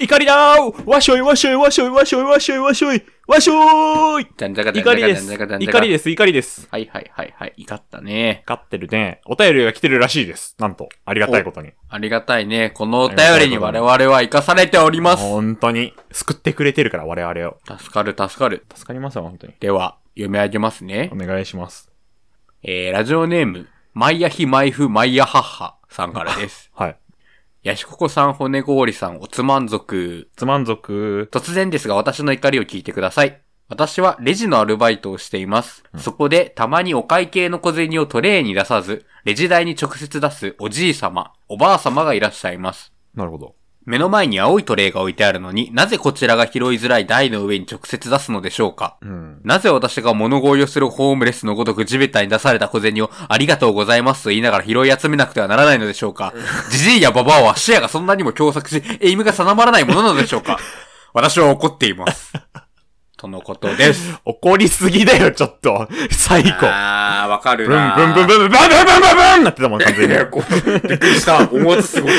怒りだーわしょいわしょいわしょいわしょいわしょいわしょいわしょいなんだか怒りです。怒りす。です、怒りです。はいはいはいはい。怒ったね。勝ってるね。お便りが来てるらしいです。なんと。ありがたいことに。ありがたいね。このお便りに我々は生かされております。本当に。救ってくれてるから、我々を。助かる助かる。助かりますよ、本当に。では、読み上げますねお。願いします。えー、ラジオネーム、毎夜日毎風毎夜母さんからです。はい。ヤシココさん、骨氷さん、おつ満足。つ満足。突然ですが私の怒りを聞いてください。私はレジのアルバイトをしています。そこでたまにお会計の小銭をトレーに出さず、レジ台に直接出すおじい様、おばあ様がいらっしゃいます。なるほど。目の前に青いトレーが置いてあるのになぜこちらが拾いづらい台の上に直接出すのでしょうかうん。なぜ私が物乞いをするホームレスのごとく地べたに出された小銭をありがとうございますと言いながら拾い集めなくてはならないのでしょうかじじいやばばあは視野がそんなにも狭窄し、エイムが定まらないものなのでしょうか私は怒ってい ます。とのことです。怒りすぎだよ、ちょっと。最高。あー、わかるブンブンブンンブンブンブンブンブンブンブンなってたもん、完全に。びっくりした。思わずすごい。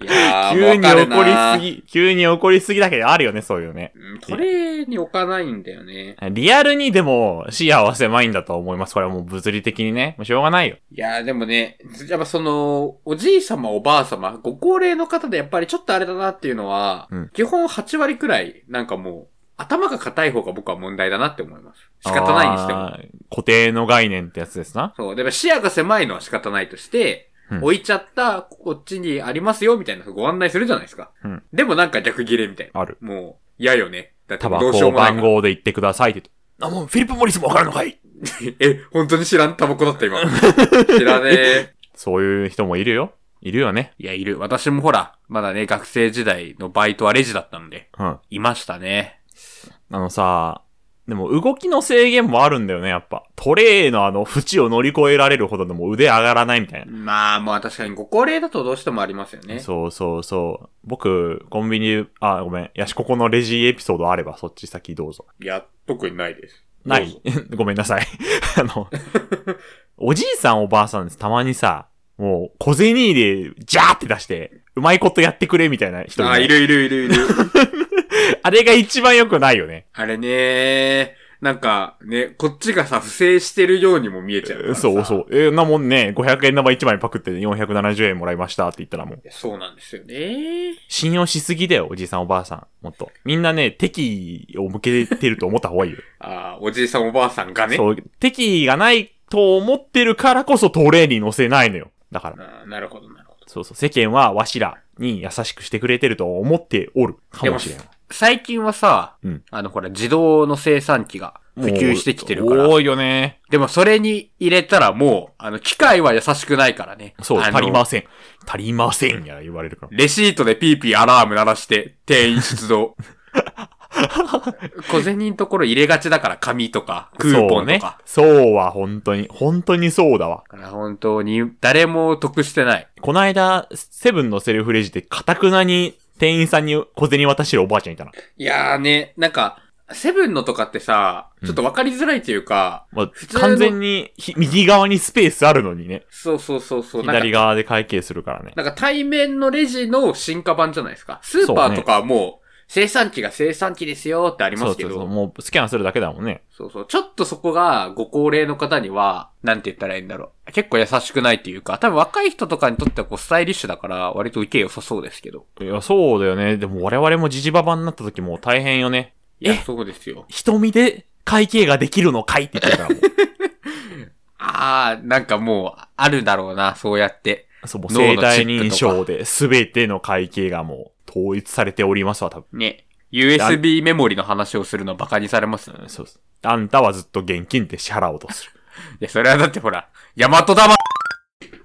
いや 急に怒りすぎ、急に怒りすぎだけどあるよね、そういうね。トレーに置かないんだよね。リアルにでも視野は狭いんだと思います。これはもう物理的にね。もうしょうがないよ。いやーでもね、やっぱその、おじい様おばあ様、ご高齢の方でやっぱりちょっとあれだなっていうのは、うん基本8割くらい、なんかもう、頭が硬い方が僕は問題だなって思います。仕方ないにしても。あー。固定の概念ってやつですな。そう。でも視野が狭いのは仕方ないとして、うん置いちゃった、こっちにありますよ、みたいなご案内するじゃないですか。うんでもなんか逆切れみたいな。ある。もう、嫌よね。だってタもバうどうしコようをもない番から。号で言ってくださいって言うと。あ、もうフィリップ・モリスもわからんのかい え、本当に知らんタバコだった今。知らねえ。そういう人もいるよ。いるよね。いや、いる。私もほら、まだね、学生時代のバイトはレジだったので、うん。あいましたね。のさ、でも動きの制限もあるんだよね、やっぱ。トレイのあの、縁を乗り越えられるほどのもう腕上がらないみたいな。まあ、まあ確かにご高齢だとどうしてもありますよね。そうそうそう。僕、コンビニ、あ、ごめん。やし、ここのレジエピソードあれば、そっち先どうぞ。いや、特にないです。などういぞ ごめんなさい。あの、おじいさんおばあさんです。たまにさ、もう、小銭入れ、ジャーって出して、うまいことやってくれ、みたいな人あ、いる。るいるいるいる。あれが一番良くないよね。あれねなんか、ね、こっちがさ、不正してるようにも見えちゃうからさ。。そうそうう。えなもんね、500円玉1枚パクって470円もらいましたって言ったらもう、そうなんですよね。信用しすぎだよ、おじいさんおばあさん。もっと。みんなね、敵意を向けてると思った方がいいよ。あーおじいさんお ばあさんがね。そう、敵意がないと思ってるからこそトレーに乗せないのよ。だから、あーなるほど、なるほど。そうそう、世間はわしらに優しくしてくれてると思っておるかもしれん。最近はさ、うんあの、ほら、自動の生産機が普及してきてるから。多いよね。でもそれに入れたらもう、あの、機械は優しくないからね。そう、あの足りません。足りませんや言われるから。レシートでピーピーアラーム鳴らして、店員出 動。小銭のところ入れがちだから、紙とか、クーポンとか。そうね。そうは本当に、本当にそうだわ。だから本当に、誰も得してない。この間、セブンのセルフレジで、かたくなに店員さんに小銭渡してるおばあちゃんいたな。いやーね、なんか、セブンのとかってさ、ちょっとわかりづらいというか、まあ、通の完全にひ、右側にスペースあるのにね。そうそうそうそう。なんか左側で会計するからね。なんか対面のレジの進化版じゃないですか。スーパーとかはもう、生産機が生産機ですよってありまそうすけそうど、そう。もう、スキャンするだけだもんね。そうそう。ちょっとそこが、ご高齢の方には、なんて言ったらいいんだろう。結構優しくないっていうか、多分若い人とかにとってはこう、スタイリッシュだから、割と受け良さそうですけど。いや、そうだよね。でも我々もジジババになった時もう大変よね。いや、えそうですよ。瞳で会計ができるのかいって言ってたからもあー、なんかもう、あるだろうな、そうやって。う。 そう、もう脳の生チップとか体認証で全ての会計がもう統一されておりますわ、多分。ね。USB メモリの話をするのバカにされますよね。そうです。あんたはずっと現金で支払おうとする。いや、それはだってほら、ヤマト玉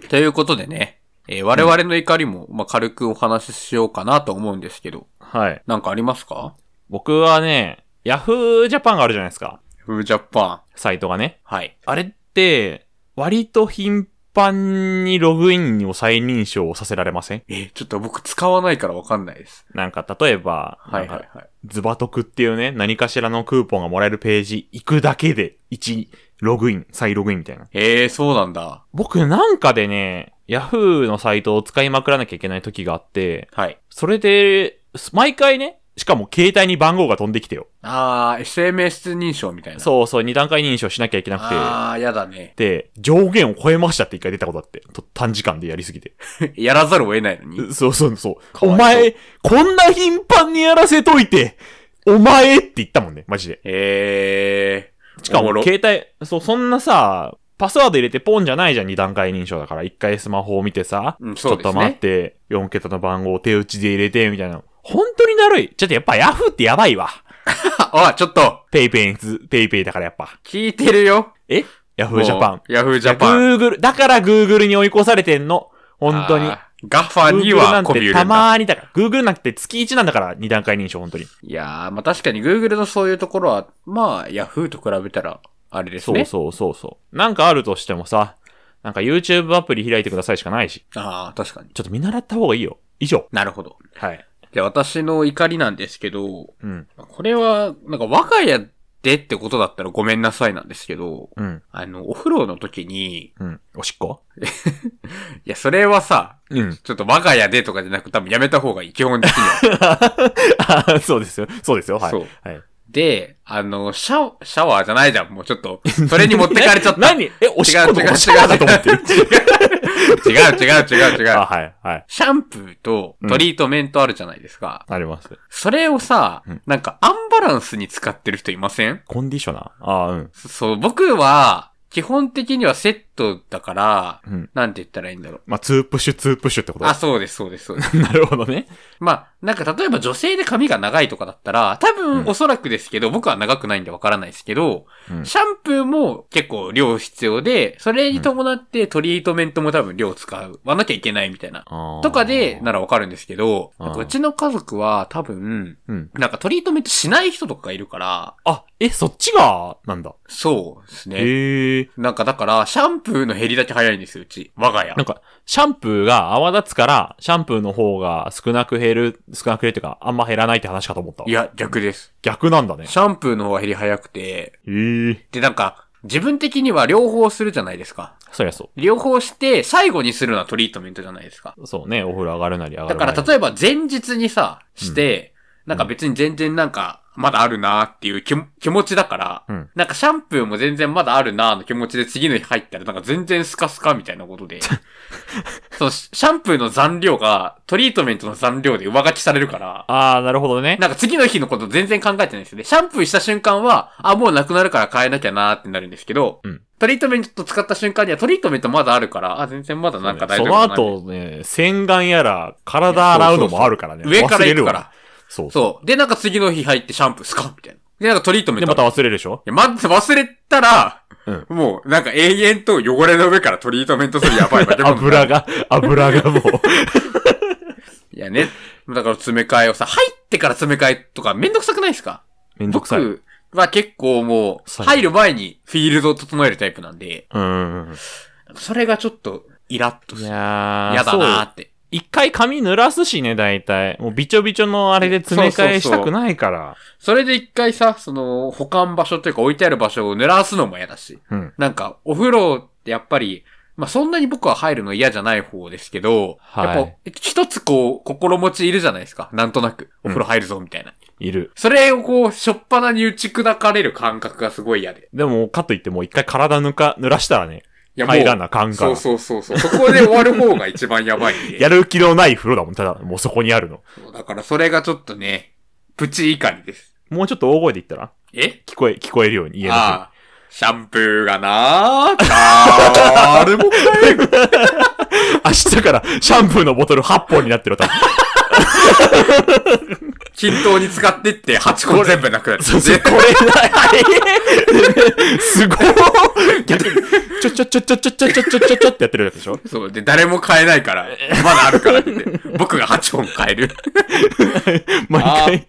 ということでね、えー我々の怒りも、まあ、軽くお話ししようかなと思うんですけど、はい。なんかありますか僕はね、ヤフージャパンがあるじゃないですか。フージャパン。サイトがね。はい。あれって、割と頻繁にログインを再認証させられませんえーちょっと僕使わないからわかんないです。なんか、例えば、はないはんいかはい。ズバトクっていうね、何かしらのクーポンがもらえるページ行くだけで、1、ログイン、再ログインみたいな。へえ、そうなんだ。僕なんかでね、ヤフーのサイトを使いまくらなきゃいけない時があって、はい。それで、毎回ね、しかも携帯に番号が飛んできてよ。あー、SMS 認証みたいな。う。そうそう、二段階認証しなきゃいけなくて。あー、やだね。 で、上限を超えましたって一回出たことあって、と短時間でやりすぎて。やらざるを得ないのに。そうそうそう。わいそうお前、こんな頻繁にやらせといて、お前って言ったもんね、マジで。えー。しかおもろ、携帯、そう、そんなさ、パスワード入れてポンじゃないじゃん、二段階認証だから。一回スマホを見てさ、うんちそょうっですねと待って、4桁の番号を手打ちで入れて、みたいな。本当にだるい。ちょっとやっぱヤフーってやばいわ。あ、おいちょっと、ペイペイにつ、ペイペイだからやっぱ。聞いてるよ。えヤフージャパン。。ヤフージャパン。 Google、だから Google に追い越されてんの。本当に。あー。ガファに Google なはんコビて売たるんだ。まーにだから。Google なんて月1なんだから、二段階認証、本当に。いやー、まあ確かに Google のそういうところは、まあ、ヤフーと比べたら、あれですそうね。そうそうそう。なんかあるとしてもさ、なんか YouTube アプリ開いてくださいしかないし。あー、確かに。ちょっと見習った方がいいよ。以上。なるほど。はい。で、私の怒りなんですけど、うん。これは、なんか若いやでってことだったらごめんなさいなんですけど、うん。あの、お風呂の時に、うん。おしっこいや、それはさ、うん。ちょっと我が家でとかじゃなく多分やめた方がいい、基本的には。 あそうですよ。そうですよ。はい。そうはい。で、あの、シャワー、シャワーじゃないじゃん、もうちょっと。それに持ってかれちゃっ た。何え、おしっこ違う違う違とうおしゃだと思 ってる。違う違う違う 違あ、う。はい。はい。シャンプーとトリートメントあるじゃないですか。あります。それをさうん、なんかアンバランスに使ってる人いませんコンディショナーあーうん。そう、僕は、基本的にはセットだから、うん。なんて言ったらいいんだろう。まあ、ツープッシュ、ツープッシュってことあ、そうです、そうです、そうです。 なるほどね。まあ、なんか例えば女性で髪が長いとかだったら、多う分んおそらくですけど、僕は長くないんでわからないですけど、うんシャンプーも結構量必要で、それに伴ってトリートメントも多分量使わなきゃいけないみたいな。あーとかで、ならわかるんですけど、あーなんかうちの家族は多分、うん。なんかトリートメントしない人とかがいるから、あ、え、そっちが、なんだ。そうですね。へえ。なんかだから、シャンプーの減りだけ早いんですよ、うち。我が家。なんか、シャンプーが泡立つから、シャンプーの方が少なく減る、少なく減るっていうか、あんま減らないって話かと思ったわ。いや、逆です。逆なんだね。シャンプーの方が減り早くて、へえ。で、なんか、自分的には両方するじゃないですか。そりゃそ両方して、最後にするのはトリートメントじゃないですか。う。そうね、お風呂上がるなり上がだるかなり。ら、例えば前日にさ、して、なんか別に全然なんか、まだあるなーっていう気も気持ちだから、うんなんかシャンプーも全然まだあるなーの気持ちで次の日入ったらなんか全然スカスカみたいなこと で、そのシャンプーの残量がトリートメントの残量で上書きされるから、あー、なるほどね。なんか次の日のこと全然考えてないんですよね。シャンプーした瞬間は、あ、もうなくなるから変えなきゃなーってなるんですけど、うんトリートメント使った瞬間にはトリートメントまだあるから、あ、全然まだなんか大丈そ夫のだな後ね、洗顔やら、体洗うのもあるからね。上から忘れ行るくわから。。そうそう。そう。で、なんか次の日入ってシャンプースカンみたいな。で、なんかトリートメンで、ト。また忘れるでしょいや、まず忘れたら、うんもう、なんか永遠と汚れの上からトリートメントするやばい化け 物。油が、 油がもう。いやね。だから詰め替えをさ、入ってから詰め替えとかめんどくさくないですかめんどくさい。うん僕は結構もう、そう入る前にフィールドを整えるタイプなんで、うんうん。それがちょっと、イラッといする。やー、嫌だなーそうって。一回髪濡らすしね、大体。もうびちょびちょのあれで詰め替えしたくないから。それで一回さ、その、保管場所というか置いてある場所を濡らすのも嫌だし。うん。なんか、お風呂ってやっぱり、まあ、そんなに僕は入るの嫌じゃない方ですけど、はいやっぱ、一つこう、心持ちいるじゃないですか。なんとなく。お風呂入るぞ、みたいな。いる。それをこう、しょっぱなに打ち砕かれる感覚がすごい嫌で。でも、かといってもう一回体ぬか、濡らしたらね、いや、もう入らな感そうが。そうそうそう。そこで終わる方が一番やばいんで。やる気のない風呂だもん、ただ、もうそこにあるの。そうだからそれがちょっとね、プチ怒りです。もうちょっと大声で言ったらえ聞こえ、聞こえるように家の風呂ああ、シャンプーがなー、あれもかい明日からシャンプーのボトル8本になってるわ、多分。 均等に使ってって8個全部なくなる。そうそう、これない。 すごい。逆に、ちょちょちょちょちょちょちょちょちょちょってやってるやつでしょそう。で、誰も買えないから、まだあるからって。僕が8本買える。毎回。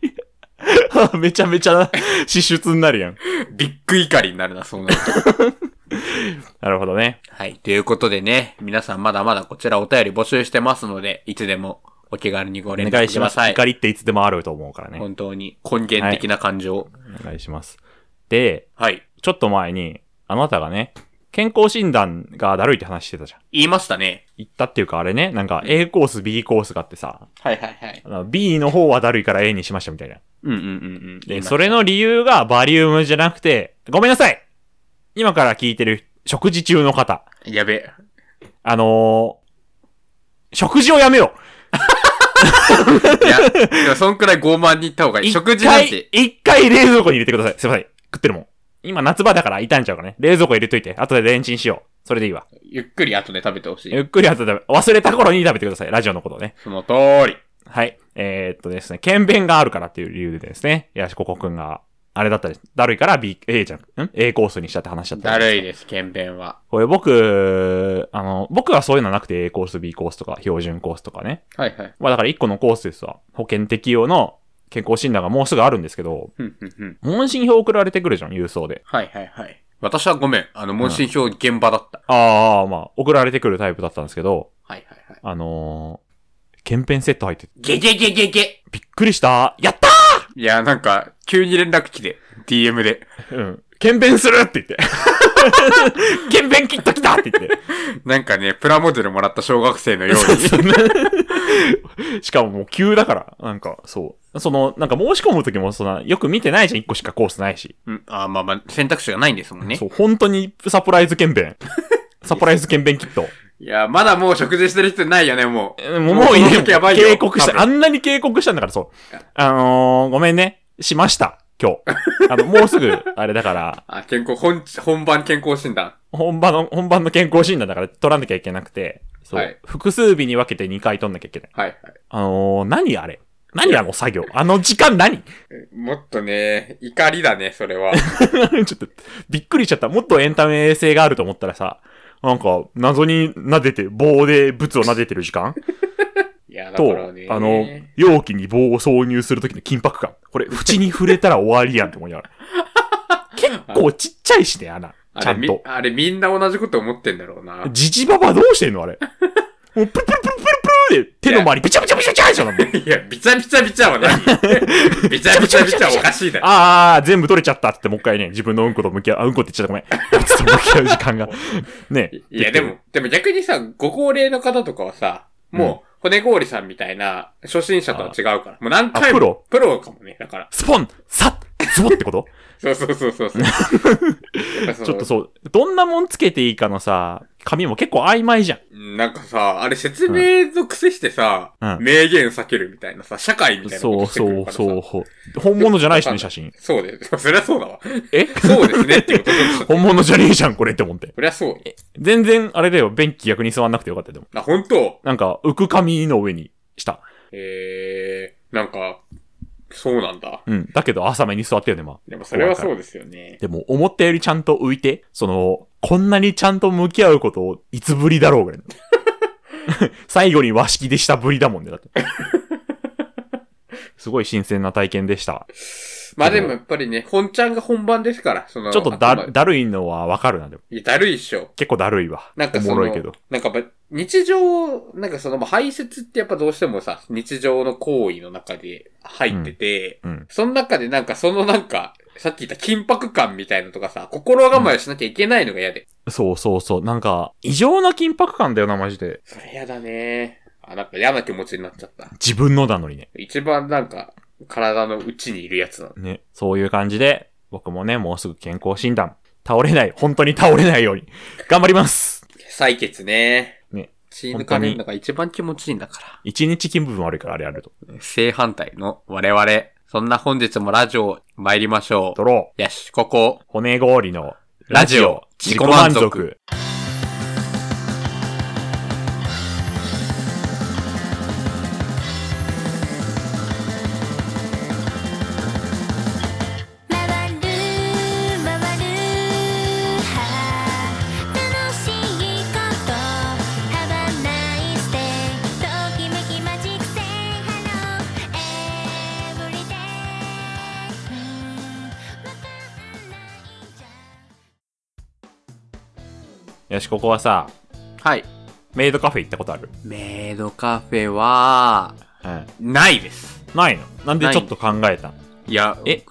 あ めちゃめちゃな支出になるやん。ビッグ怒りになるな、そうなると。なるほどね。はい。ということでね、皆さんまだまだこちらお便り募集してますので、いつでもお気軽にごお連願絡いしくまだす。さい。怒りっていつでもあると思うからね。本当に根源的な感情。お願いします。で、はい。ちょっと前に、あなたがね、健康診断がだるいって話してたじゃん。言いましたね。言ったっていうかあれね、なんか A コース、B コースがあってさ、はいはいはい。あの B の方はだるいから A にしましたみたいな。うんうんうんうで、ん。それ、れの理由がバリウムじゃなくて、ごめんなさい今から聞いてる食事中の方。やべえ。あのー、食事をやめよいや、でもそんくらい傲慢に行った方がういい。食事なんて。一回一回冷蔵庫に入れてください。すいません。食ってるもん。今夏場だから傷んじゃうからね。冷蔵庫入れといて。後でレンチンしよう。それでいいわ。ゆっくり後で食べてほしゆい。っくり後で食べ忘れた頃に食べてください。ラジオのことをね。その通り。はい。えー、っとですね、検便があるからっていう理由でですね、いやしここくんが、あれだったり、だるいから B、A じゃん、ん ?A コースにしたって話だっただるいで。です、検便は。これ僕、あの、僕はそういうのなくて A コース、B コースとか、標準コースとかね。はいはい。まあだから1個のコースですわ。保険適用の健康診断がもうすぐあるんですけど、ふんふんふん。問診票送られてくるじゃん、郵送で。はいはいはい。私はごめん。あの、問診票現場だった。ああ、まあ、送られてくるタイプだったんですけど、はいはいはい。あのー、検便セット入ってて、ゲゲゲゲゲびっくりしたやったいや、なんか、急に連絡来て、DM で。ーうん。検便するって言って。 検便キット来たって言って。なんかね、プラモデルもらった小学生のように。そんなしかももう急だから、なんか、そう。その、なんか申し込むときも、そんな、よく見てないじゃん、1個しかコースないし。うん、あーまあまあ、選択肢がないんですもんねそ。う、本当にサプライズ検 便。サプライズ検便キット。いや、まだもう食事してる人いないよね、もう。もうもういいこねの時やばいよ警告し多た。分あんなに警告したんだから、そう。あのー、ごめんね。しました。今日。あの、もうすぐ、あれだから、あ、健康、本、本番健康診断。本場の、本番の健康診断だから取らなきゃいけなくて、そう。はい複数日に分けて2回取んなきゃいけない。はいはい。あのー、何あれ何あの作業あの時間何もっとね、怒りだね、そ れは。ちょっと、びっくりしちゃった。もっとエンタメ性があると思ったらさ、なんか、謎に撫でて、棒でブツを撫でてる時間いや、だかと、らね。あの、容器に棒を挿入するときの緊迫感。これ、縁に触れたら終わりやんって思いながら。結構ちっちゃいしね、穴。あちれゃんみと、。あれみんな同じこと思ってんだろうな。じじばばどうしてんのあれ。もう、プルプルプルプルプルで、手の周り、びちゃびちゃびちゃびちゃじゃん。いや、びちゃびちゃびちゃは何 びちゃびちゃびちゃはおかしいだろ。あーあー、全部取れちゃったってって、もう一回ね、自分のうんこと向き合う、あ、うんこって言っちゃったごめん。うんこと向き合う時間が。ね。いや、でも、でも逆にさ、ご高齢の方とかはさ、もう、骨氷さんみたいな、初心者とは違うから。もう何回も。あプロプロかもね、だから。スポンサッズボってことそうそうそうそ うそう。やぱちょっとそそう、どんなもんつけていいかのさ、紙も結構曖昧じゃん。の、なんかさ、あれ説明の癖してさ、うん名言避けるみたいなさ、社会みたいなこそとうしてくそうるからさ。そう。本物じゃないしね、写 真。そうです。そりゃそうだわ。えそうですねっていうことです。本物じゃねえじゃん、これって思って。そりゃそう。全然、あれだよ、便器逆に座んなくてよかったよでも。あ、本当なんか、浮く紙の上にした。えー、なんか、そうなんだ。うん。だけど、浅めに座ってるね、まあ。でもそれは怖そいうですよね。でも、思ったよりちゃんと浮いて、その、こんなにちゃんと向き合うことを、いつぶりだろうぐらいの。 最後に和式でしたぶりだもんね、だ って。すごい新鮮な体験でした。まあでもやっぱりね、本ちゃんが本番ですから、その、ちょっとあだくまでだるいのはわかるな、でも。いや、だるいっしょ。結構だるいわ。なんかおそもの、ろいけど。なんかやっぱ日常、なんかその、まあ排泄ってやっぱどうしてもさ、日常の行為の中で入ってて、うん。その中でなんかそのなんか、さっき言った緊迫感みたいのとかさ、心構えしなきゃいけないのが嫌で。そうそうそう。なんか、異常な緊迫感だよな、マジで。それ嫌だね。あ、なんか嫌な気持ちになっちゃった。自分のなのにね。一番なんか、体の内にいるやつなの。ね。そういう感じで、僕もね、もうすぐ健康診断。倒れない。本当に倒れないように。頑張ります。採血ね。ね。血抜かれるのが一番気持ちいいんだか一日気分悪いから、あれやると。ら。正反対の我々。そんな本日もラジオ参りましょドロう。よし、ここー。。骨氷のラジオ自己満足。 「まわるまわる楽しいこと」「ハバナイステイ」「ときめきマジックセイハロー」「エブリデイ」「わかんないじゃん」よし、ここはさ、はい。メイドカフェ行ったことあるメイドカフェは、うん。ないです。ないのなんでないちょっと考えたいや、え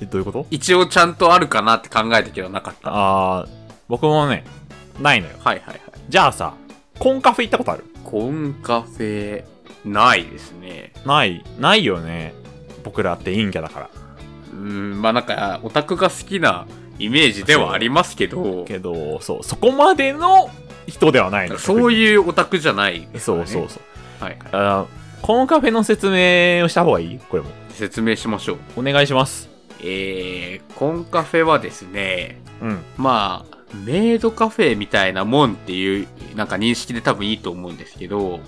え、どういうこと一応ちゃんとあるかなって考えたけどなかった。あー、僕もね、ないのよ。はいはいはい。じゃあさ、コンカフェ行ったことあるコンカフェ、ないですね。ない、ないよね。僕らって陰キャだから。うーん、まあなんか、オタクが好きなイメージではありますけど、けど、そう、そこまでの人ではないのよそういうオタクじゃないですかそらね、うそうそう。はいはい。あーコンカフェの説明をした方がいいこれも。説明しましょう。お願いします。えー、コンカフェはですね、うん。まあ、メイドカフェみたいなもんっていう、なんか認識で多分いいと思うんですけど、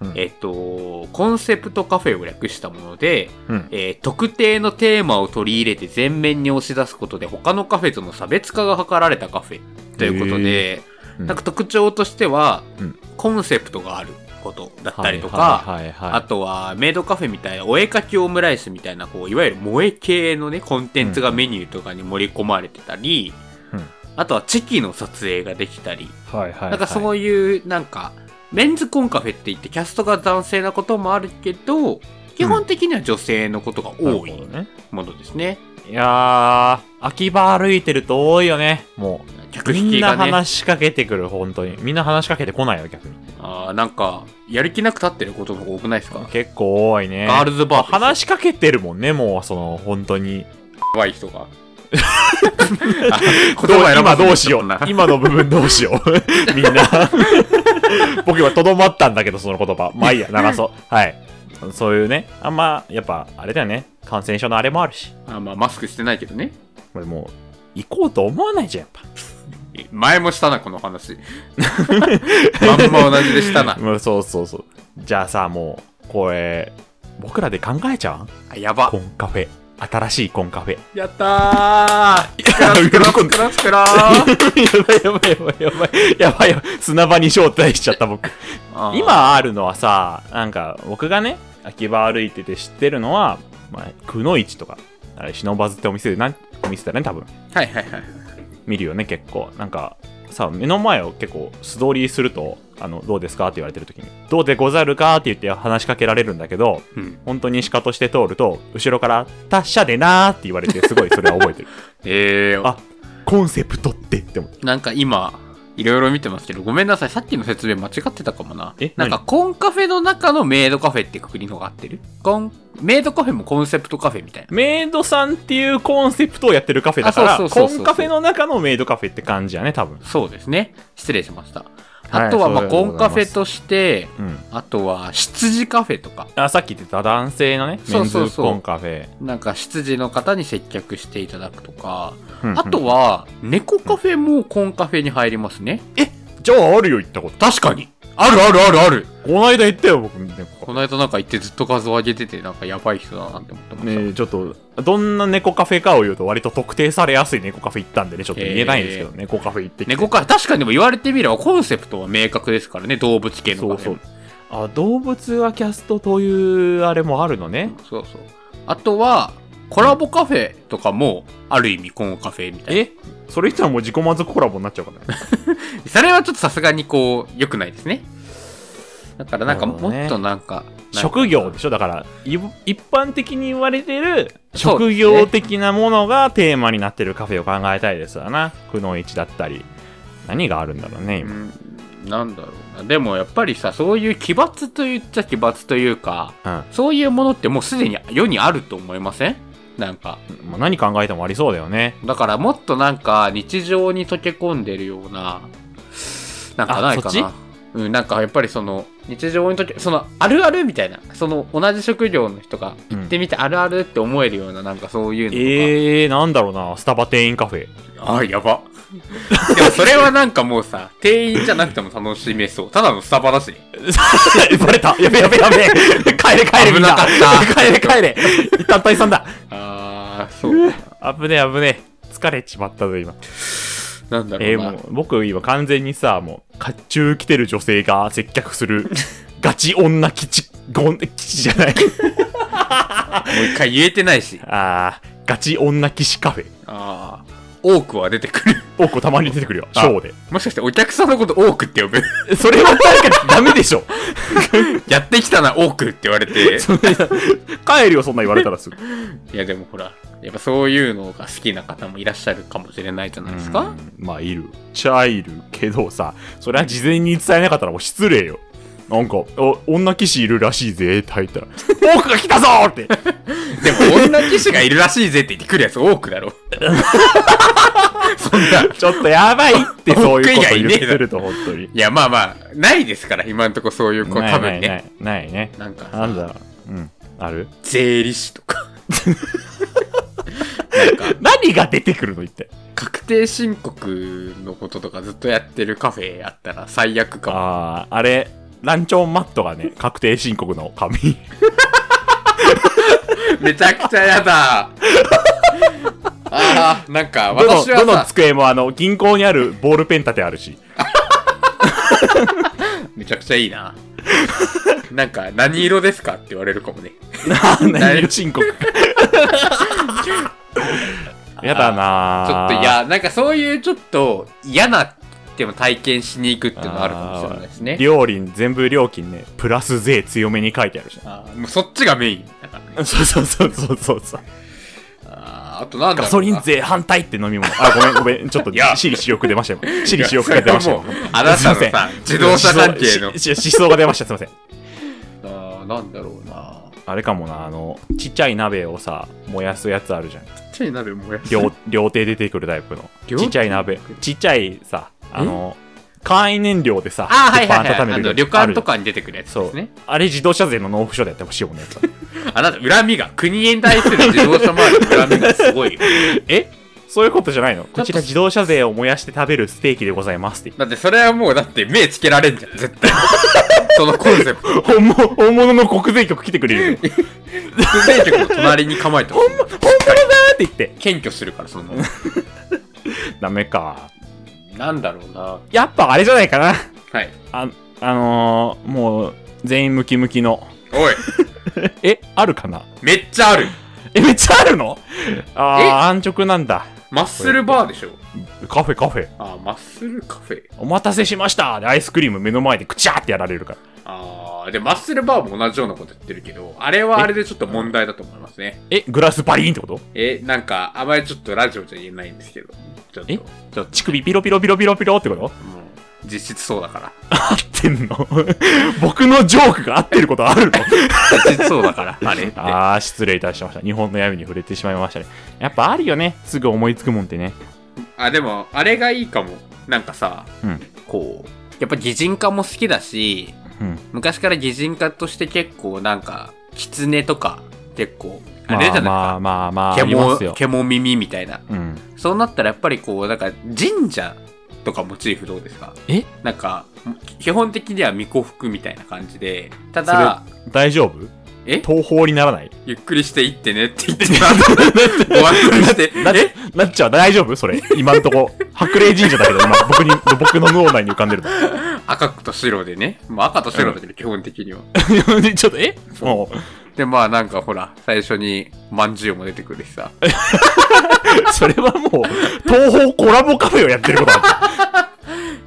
うんえっと、コンセプトカフェを略したもので、うん。えー特定のテーマを取り入れて全面に押し出すことで他のカフェとの差別化が図られたカフェということで、うんなんか特徴としては、うんコンセプトがあることだったりとか、はいはいはいはいあとはメイドカフェみたいなお絵かきオムライスみたいなこういわゆる萌え系のねコンテンツがメニューとかに盛り込まれてたり、うんあとはチェキの撮影ができたり、はいはいはい。なんかそういうなんかメンズコンカフェって言ってキャストが男性なこともあるけど基本的には女性のことが多なるほどいね。ものですね。いやー、秋葉歩いてると多いよね。もう。客引みきんながね、話しかけてくる、本当に。みんな話しかけてこないよ、逆に。あーなんかやる気なく立ってることの方が多くないですか、結構多いね。ガールズバーで話しかけてるもんね、もう、その、本当に。怖い人 が。あ言葉選ば今ずにどうしよちょっとなう。今の部分どうしよ う。みんな。僕今とどまったんだけど、その言葉。まあいいや、流 そう。はい。そういうね、あんま、やっぱ、あれだよね。感染症のあれもあるし。あまあ、マスクしてないけどね。これもう、行こうと思わないじゃん、やっ前もしたな、この話。 まんま同じでしたなぱ。。うんそうそうそう。じゃあさ、もう、これ、僕らで考えちゃう あやばコ。ンカフェ。新しいコンカフェ。やったー。いくらつくらつくらつく らー。やばいやばいやばいやばいやばいやばい。砂場に招待しちゃった僕。あー、今あるのはさ、なんか僕がね、秋葉歩いてて知ってるのは、まあ、くのいちとか、あれ、忍ばずってお店で、なんお店だね、多分。はいはいはい。見るよね、結構。なんか、さ、目の前を結構素通りすると、あの、どうですかって言われてる時に、どうでござるかって言って話しかけられるんだけど、うん。本当に鹿として通ると、後ろから、達者でなーって言われて、すごいそれは覚え てる。えー、あコンセプトってって思って。なんか今、いろいろ見てますけど、ごめんなさい。さっきの説明間違ってたかもな。えなんか、コンカフェの中のメイドカフェってくくりのが合ってるコン、メイドカフェもコンセプトカフェみたいな。メイドさんっていうコンセプトをやってるカフェだから、あそうそうそコうそうンカフェの中のメイドカフェって感じやね、多分。そうですね。失礼しました。はいあとは、まあ、そうでござコいますンカフェとして、うん。あとは、羊カフェとか。あ、さっき言ってた男性のね、メそうンそうズそうコンカフェ。なんか執事の方に接客していただくとか、うんあと、は猫カフェもコンカフェに入りますね。うんじゃああるよ、行ったこと。確かにあるあるあるあるこの間行ったよ、僕、ね、この間なんか行ってずっと画像上げててなんかやばい人だなって思ってました。ねちょっと、どんな猫カフェかを言うと、割と特定されやすい猫カフェ行ったんでね、ちょっと言えないんですけど、え猫カフェ行ってきて。猫カフェ、確かにでも言われてみればコンセプトは明確ですからね、動物系のそカうフェ。そう。あ、動物はキャストという、あれもあるのね。そうそうあとは、コラボカフェとかも、ある意味コンカフェみたいな。えそれ言ったらもう自己満足コラボに なっちゃうからね。それはちょっとさすがにこう、良くないですね。だからなんかなるほもどねっとなんか、職業でしょだからい一般的に言われてるそうですね職業的なものがテーマになってるカフェを考えたいですわなくのいちだったり何があるんだろうねう今、んなんだろうな。でもやっぱりさ、そういう奇抜と言っちゃ奇抜というか、うんそういうものってもうすでに世にあると思いませんなんか。まあ、何考えてもありそうだよねだからもっとなんか日常に溶け込んでるような、なんかあないかそっな。うん、なんかやっぱりその日常に溶け、そのあるあるみたいな、その同じ職業の人が行ってみてあるあるって思えるような、なんかそういうのとか。えー、なんだろうなスタバ店員カフ ェあやば。でもそれはなんかもうさ、店員じゃなくても楽しめそう。ただのスタバだし。バレたやべやべやべ帰れ帰れみん危なかった 帰れ帰れ一旦退散だあー、そうか。危ね危ね疲れちまったぞ今なんだろえうー、な。もう僕今完全にさもう甲冑着てる女性が接客す るガチ女基地ごん基地じゃないもう一回言えてないし。あーガチ女騎士カフェあ多くは出てくる。多くたまに出てくるよ。シあョーで。もしかしてお客さんのこと多くって呼ぶ それは確かにダメでしょ。やってきたな、多くって言われて。帰るよ、そんな言われたらすぐ。いや、でもほら、やっぱそういうのが好きな方もいらっしゃるかもしれないじゃないですか。うんまあ、いる。ちゃいるけどさ、それは事前に伝えなかったらもう失礼よ。なんか、お女騎士いるらしいぜって入ったら、 僕が来たぞーって。でも、女騎士がいるらしいぜって言ってくるやつ多くだ ろ。そんな。ちょっとやばいっ て、そういうこと言文句以外ねえっだろてると、本当に。いや、まあまあ、ないですから、今ん とこそういう子、多分ね。ないないないね。なんかさなんだろう。うん。ある税理士とか。 なんか、何が出てくるの一体。確定申告のこととかずっとやってるカフェあったら最悪かも。ああ、あれ、ランチョンマットがね、確定申告の紙。めちゃくちゃや だ。ああ、なんか、どの私どのはさ、机もあの銀行にあるボールペン立てあるしめちゃくちゃいいな。なんか、何色ですかって言われるかもね。何色申告やだなちょっと、いっや、なんかそういうちょっと嫌な、でも体験しに行くっていうのはあるかもしれないですね。料金全部料金ねプラス税強めに書いてあるしあーもうそっちがメインだからね。そうそうそうそうそうそうあーあとなんガだろうなソリン税反対って飲み物あごめんごめんちょっといや私利私欲出ましたよ私利私いや欲が出ましたよそれはもうあなたのすいまさせん自動車関係のしし思想が出ましたすいませんあーなんだろうなあれかもなあのちっちゃい鍋をさ燃やすやつあるじゃんちっちゃい鍋燃やす料料亭出てくるタイプの料亭ちっちゃい鍋ちっちゃいさあの簡易燃料でさあーはいはい鉄板温はいめあるの旅館とかに出てくるやつそでうすねあれ自動車税の納付書でやってほしいもんね あなた恨みが国に対する自動車周りの恨みがすごいよえそういうことじゃないのこちちょっとら自動車税を燃やして食べるステーキでございますって だってそれはもうだって目つけられんじゃん絶対 そのコンセプト本物本物の国税局来てくれるよ不正局の隣に構えてほしい 本物だーって言って謙虚するからそのダメかなんだろうなやっぱあれじゃないかなはいああのー、もう全員ムキムキのおいえあるかなめっちゃあるえめっちゃあるのああ安直なんだマッスルバーでしょカフェカフェあーマッスルカフェお待たせしましたでアイスクリーム目の前でくちゃーってやられるから。あーでマッスルバーも同じようなこと言ってるけどあれはあれでちょっと問題だと思いますねえ、グラスバリーンってことえ、なんか、あまりちょっとラジオじゃ言えないんですけど、ちょっと、えもちょ乳首ピロピロピロピロピロってことう、実質そうだから。合ってんの 僕のジョークが合ってることあるの 実質そうだ から、あれって。あー、失礼いたしました。日本の闇に触れてしまいましたね。やっぱあるよね。すぐ思いつくもんってね。あ、でも、あれがいいかも。なんかさ、うん。こう、やっぱ擬人化も好きだし、うん。昔から擬人化として結構なんか、狐とか、結構、あれじゃなまあいか。まあまあまあ、あります獣よ。獣耳みたいな。うん。そうなったらやっぱりこう、なんか神社とかモチーフどうですかえなんか、基本的には巫女服みたいな感じで、ただ、大丈夫え東方にならないゆっくりしていってねって言ってた。ご案内して。なえなっちゃう大丈夫それ。今んとこ。白麗神社だけど、今、僕に、僕の脳内に浮かんでるの。赤と白でね。まあ赤と白だけど基本的には。ちょっと、えもう、で、まあなんかほら、最初に饅頭も出てくるしさ。 それはもう、東方コラボカフェをやってることだ。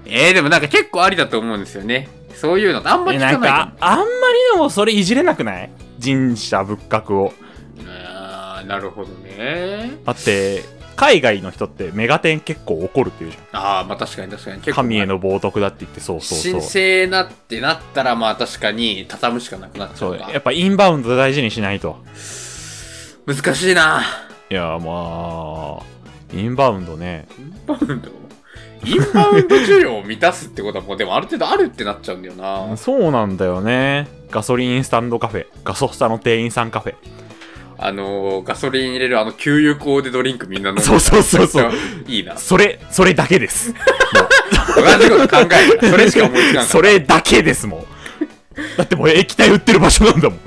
えー、でもなんか結構ありだと思うんですよね。そういうのってあんま聞なかん ないかか、あんまりでもそれいじれなくない神社仏閣を。も。あーなるほどね。だって、海外の人ってメガテン結構怒るっていうじああ、まあ確かに確かに。ゃん。結構神への冒涜だって言って、そうそう神そう。聖なってなったら、まあ確かに畳むしかなくなっちゃそううかやっぱインバウンド大事にしないと。難しいな。いや、まあ、インバウンドね。インバウンドインバウンド需要を満たすってことはもうでもある程度あるってなっちゃうんだよな。そうなんだよね。ガソリンスタンドカフェ。ガソスタの店員さんカフェ。あのー、ガソリン入れるあの給油口でドリンクみんな飲んでそうそうそうそう。いいな。それ、それだけ です。同じこと考えたらそれしか思いつかんから。 それだけですもん。だってもう液体売ってる場所なんだもん。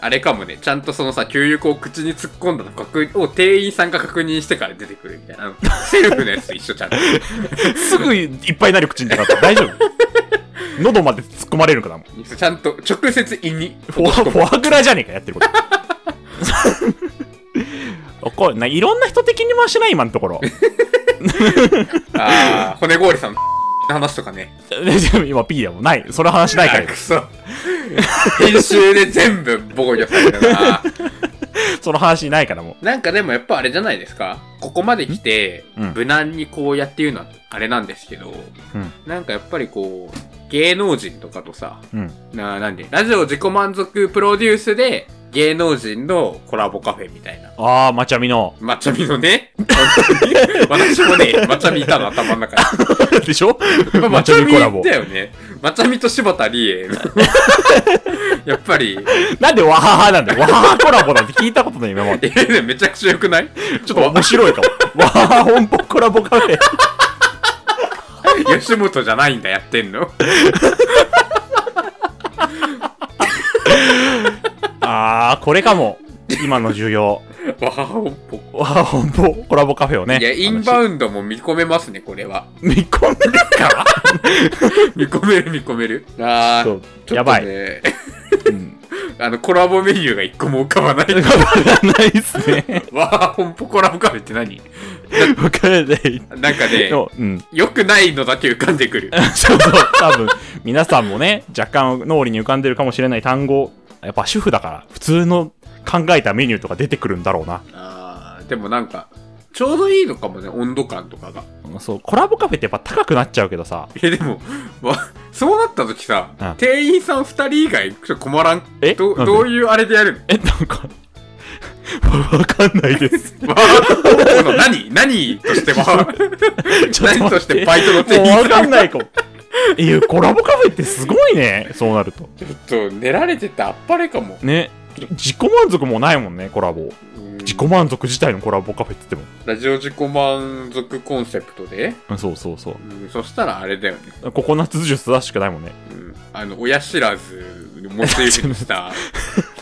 あれかもね、ちゃんとそのさ、給油口を口に突っ込んだの確を店員さんが確認してから出てくるみたい な。あのセルフのやつと一緒ちゃんと。すぐいっぱいになる口になかった。大丈夫喉まで突っ込まれる からもう。ちゃんと直接胃に フォアフォアグラじゃねえか、やってること。こうないろんな人的に回してない今のところ ああ、骨氷さんの 話とかね。今 P だもんないその話ないかあらくそ。編集で全部ボコにされるな。その話ないからもなんかでもやっぱあれじゃないですか。ここまで来てう、ん無難にこうやって言うのはあれなんですけど、うんなんかやっぱりこう、芸能人とかとさ、ううんな、なんで、ラジオ自己満足プロデュースで、芸能人のコラボカフェみたいな。ああまちゃみのまっちゃみのね、 本当に。私もね、まっちゃみいたの頭の中に。でしょま まっちちゃゃみみコラボだよね。まっちゃみと柴田理恵。 やっぱり、なんでわははなんだよわははコラボなんて聞いたことない今 までえーめちゃくちゃ良くないちょっと面白いかもわはは本舗コラボカフェ吉本じゃないんだ、やってんの。 ああこれかも今の需要わはほんぽ。わはは本舗コラボカフェをねい や、インバウンウンドも見込めますね、これは。ド見込んでるか見込める、見込める。ああ、そうちょやっとばい、ね、うん、あの、コラボメニューが一個も浮かばない。わ からないっすねわはほんぽコラボカフェって何わからないなんかねで、もうん良くないのだけ浮かんでくる。そうそう、多分皆さんもね、若干脳裏に浮かんでるかもしれない単語、やっぱ主婦だから、普通の考えたメニューとか出てくるんだろうな。あーでもなんか、ちょうどいいのかもね、温度感とかが。 そう、コラボカフェってやっぱ高くなっちゃうけどさ、え、でも、わそうなった時さ、うん店員さん二人以外、ちょっと困らん。えどなんでどういうあれでやるえ、なんか、わかんないです。のわこの何何として はちょっと 何待とっしてバイトの店もうわ員かさんんないかも。いや、コラボカフェってすごいね、そうなると。ちょっと練られててあっぱれかも。ね。自己満足もないもんね、コラボ。うん自己満足自体のコラボカフェって言っても。ラジオ自己満足コンセプトで、うんそうそうそうん、そしたらあれだよね。う。ココナッツジュース出すしかないもんね。 うん、あの、親知らず、持ち指に した、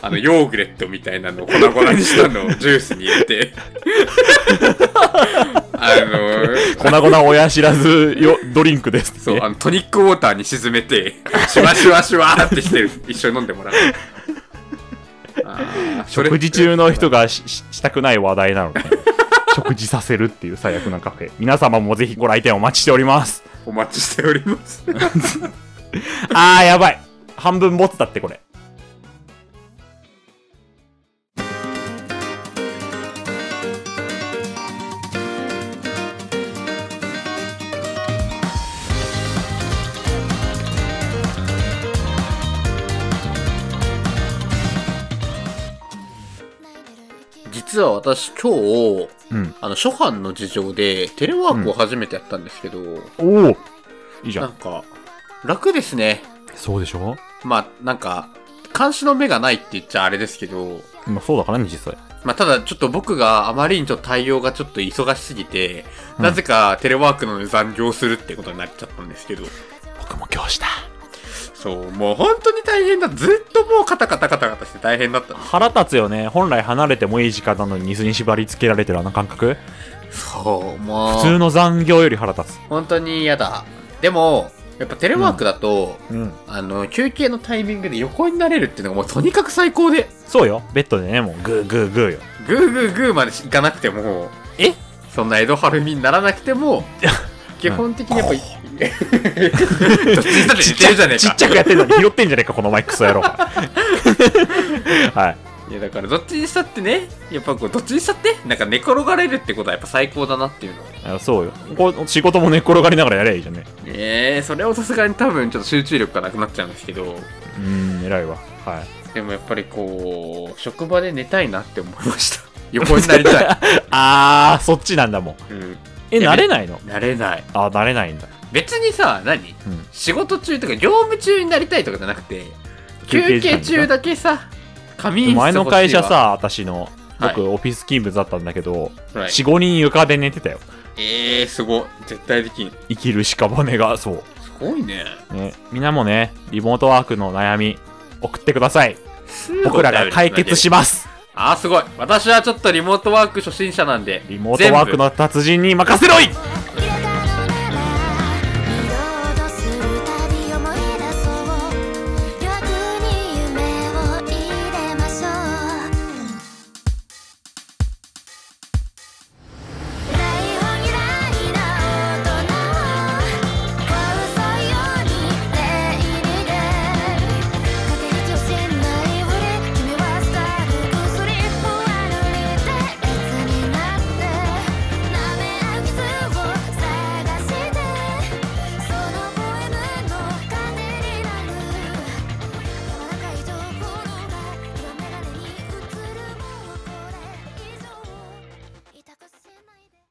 あの、ヨーグレットみたいなのを粉々にしたのをジュースに入れて、あ粉の、々親知らずよドリンクですってそう、あの、トニックウォーターに沈めて、シュワシュワシュワーってしてる、一緒に飲んでもらう。あーそれ食事中の人がしししたくない話題なので 食事させるっていう最悪なカフェ皆様もぜひご来店お待ちしておりますお待ちしております。あーやばい半分ボツだってこれ 実は私今日、うんあの、初版の事情でテレワークを初めてやったんですけど、おおいいじゃなんんか、楽ですね。そうでしょまあなんか監視の目がないって言っちゃあれですけど、まあそうだからね実際まあ、ただちょっと僕があまりにちょっと対応がちょっと忙しすぎて、うんなぜかテレワークなので残業するってことになっちゃったんですけど僕も今日したそうもう本当に大変だずっともうカタカタカタカタして大変だった腹立つよね本来離れてもいい時間なのに椅子に縛り付けられてるあの感覚そうもう普通の残業より腹立つ本当に嫌だでもやっぱテレワークだと、うんあの休憩のタイミングで横になれるっていうのがもうとにかく最高でそうよベッドでねもうグーグーグーよグーグーグーまで行かなくてもえそんな江戸晴美にならなくて も基本的にやっぱりどっちにしたって似てるじゃねえかちっちゃくやってんのに拾ってんじゃねえかこのマイクソ野郎がはいいやだからどっちにしたってねやっぱこうどっちにしたってなんか寝転がれるってことはやっぱ最高だなっていうのねあそうよこう仕事も寝っ転がりながらやればいいじゃんねえそれはさすがに多分ちょっと集中力がなくなっちゃうんですけどうーん偉いわはいでもやっぱりこう職場で寝たいなって思いま した横になり たい、 あーそっちなんだもんうん、えいや慣れないのなれないあ慣れないんだ別にさ何うん仕事中とか業務中になりたいとかじゃなくて休憩休時間憩中だけさ仮眠室前の会社欲しいわ、さ私のはい僕オフィス勤務だったんだけど、はい45人床で寝てたよえー、すごい絶対的にす生きる屍がそごいねう、ね、みんなもねリモートワークの悩み送ってください僕らが解決しますあーすごい私はちょっとリモートワーク初心者なんでリモートワークの達人に任せろい「